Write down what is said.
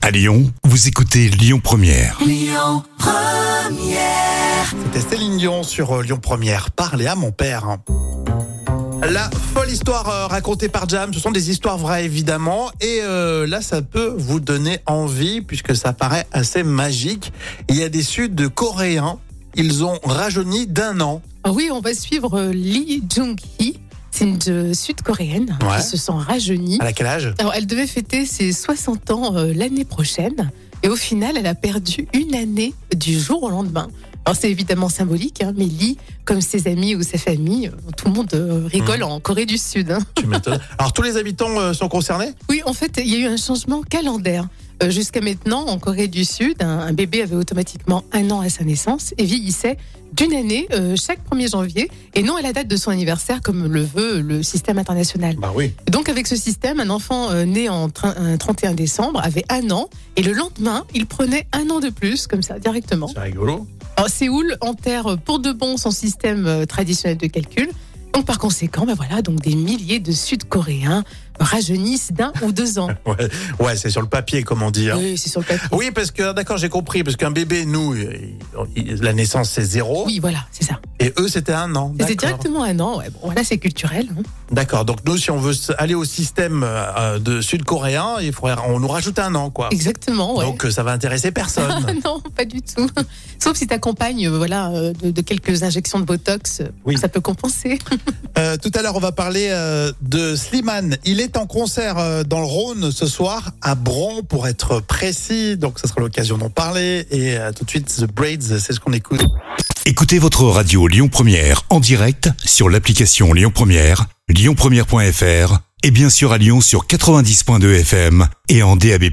À Lyon, vous écoutez Lyon Première. C'était Céline Dion sur euh, Lyon Première. Parlez à mon père. La folle histoire euh, racontée par Jam, ce sont des histoires vraies évidemment, et euh, là ça peut vous donner envie puisque ça paraît assez magique. Il y a des Sud-Coréens, ils ont rajeuni d'un an. Ah Oui, on va suivre euh, Lee Jong-hee. C'est une euh, sud-coréenne Ouais. qui se sent rajeunie. À la quel âge Alors, elle devait fêter ses 60 ans euh, l'année prochaine. Et au final, elle a perdu une année du jour au lendemain. Alors, c'est évidemment symbolique, hein, mais Lee, comme ses amis ou sa famille, euh, tout le monde euh, rigole en Corée du Sud. hein. Tu m'étonnes. Alors tous les habitants euh, sont concernés Oui, en fait, il y a eu un changement calendaire. Euh, Jusqu'à maintenant, en Corée du Sud, un, un bébé avait automatiquement un an à sa naissance et vieillissait d'une année euh, chaque 1er janvier et non à la date de son anniversaire comme le veut le système international. Bah oui. Donc avec ce système, un enfant euh, né en trin- un 31 décembre avait un an et le lendemain, il prenait un an de plus comme ça directement. C'est rigolo. Alors, Séoul enterre pour de bon son système euh, traditionnel de calcul. Donc par conséquent, ben voilà, donc des milliers de Sud-Coréens rajeunissent d'un ou deux ans. Ouais, ouais, c'est sur le papier comme on dit. hein. Oui, c'est sur le papier. Oui, parce que d'accord, j'ai compris, parce qu'un bébé, nous, il- il- la naissance c'est zéro, Oui, voilà, c'est ça. et eux c'était un an. C'était D'accord. directement un an. Ouais, bon, voilà, c'est culturel. hein. D'accord. Donc nous, si on veut aller au système euh, de sud-coréen, il faudrait, on nous rajoute un an, quoi. Exactement, Ah. ouais. Ah Donc euh, ça va intéresser personne. non, pas du tout. Sauf si t'accompagnes euh, voilà, euh, de, de quelques injections de Botox, euh, Oui. ça peut compenser. Euh, tout à l'heure, on va parler euh, de Slimane. Il est en concert euh, dans le Rhône ce soir à Bron, pour être précis. Donc ça sera l'occasion d'en parler. Et euh, tout de suite, The Braids, c'est ce qu'on écoute. Écoutez votre radio Lyon Première en direct sur l'application Lyon Première, lyonpremière.fr et bien sûr à Lyon sur 90.2 FM et en DAB+.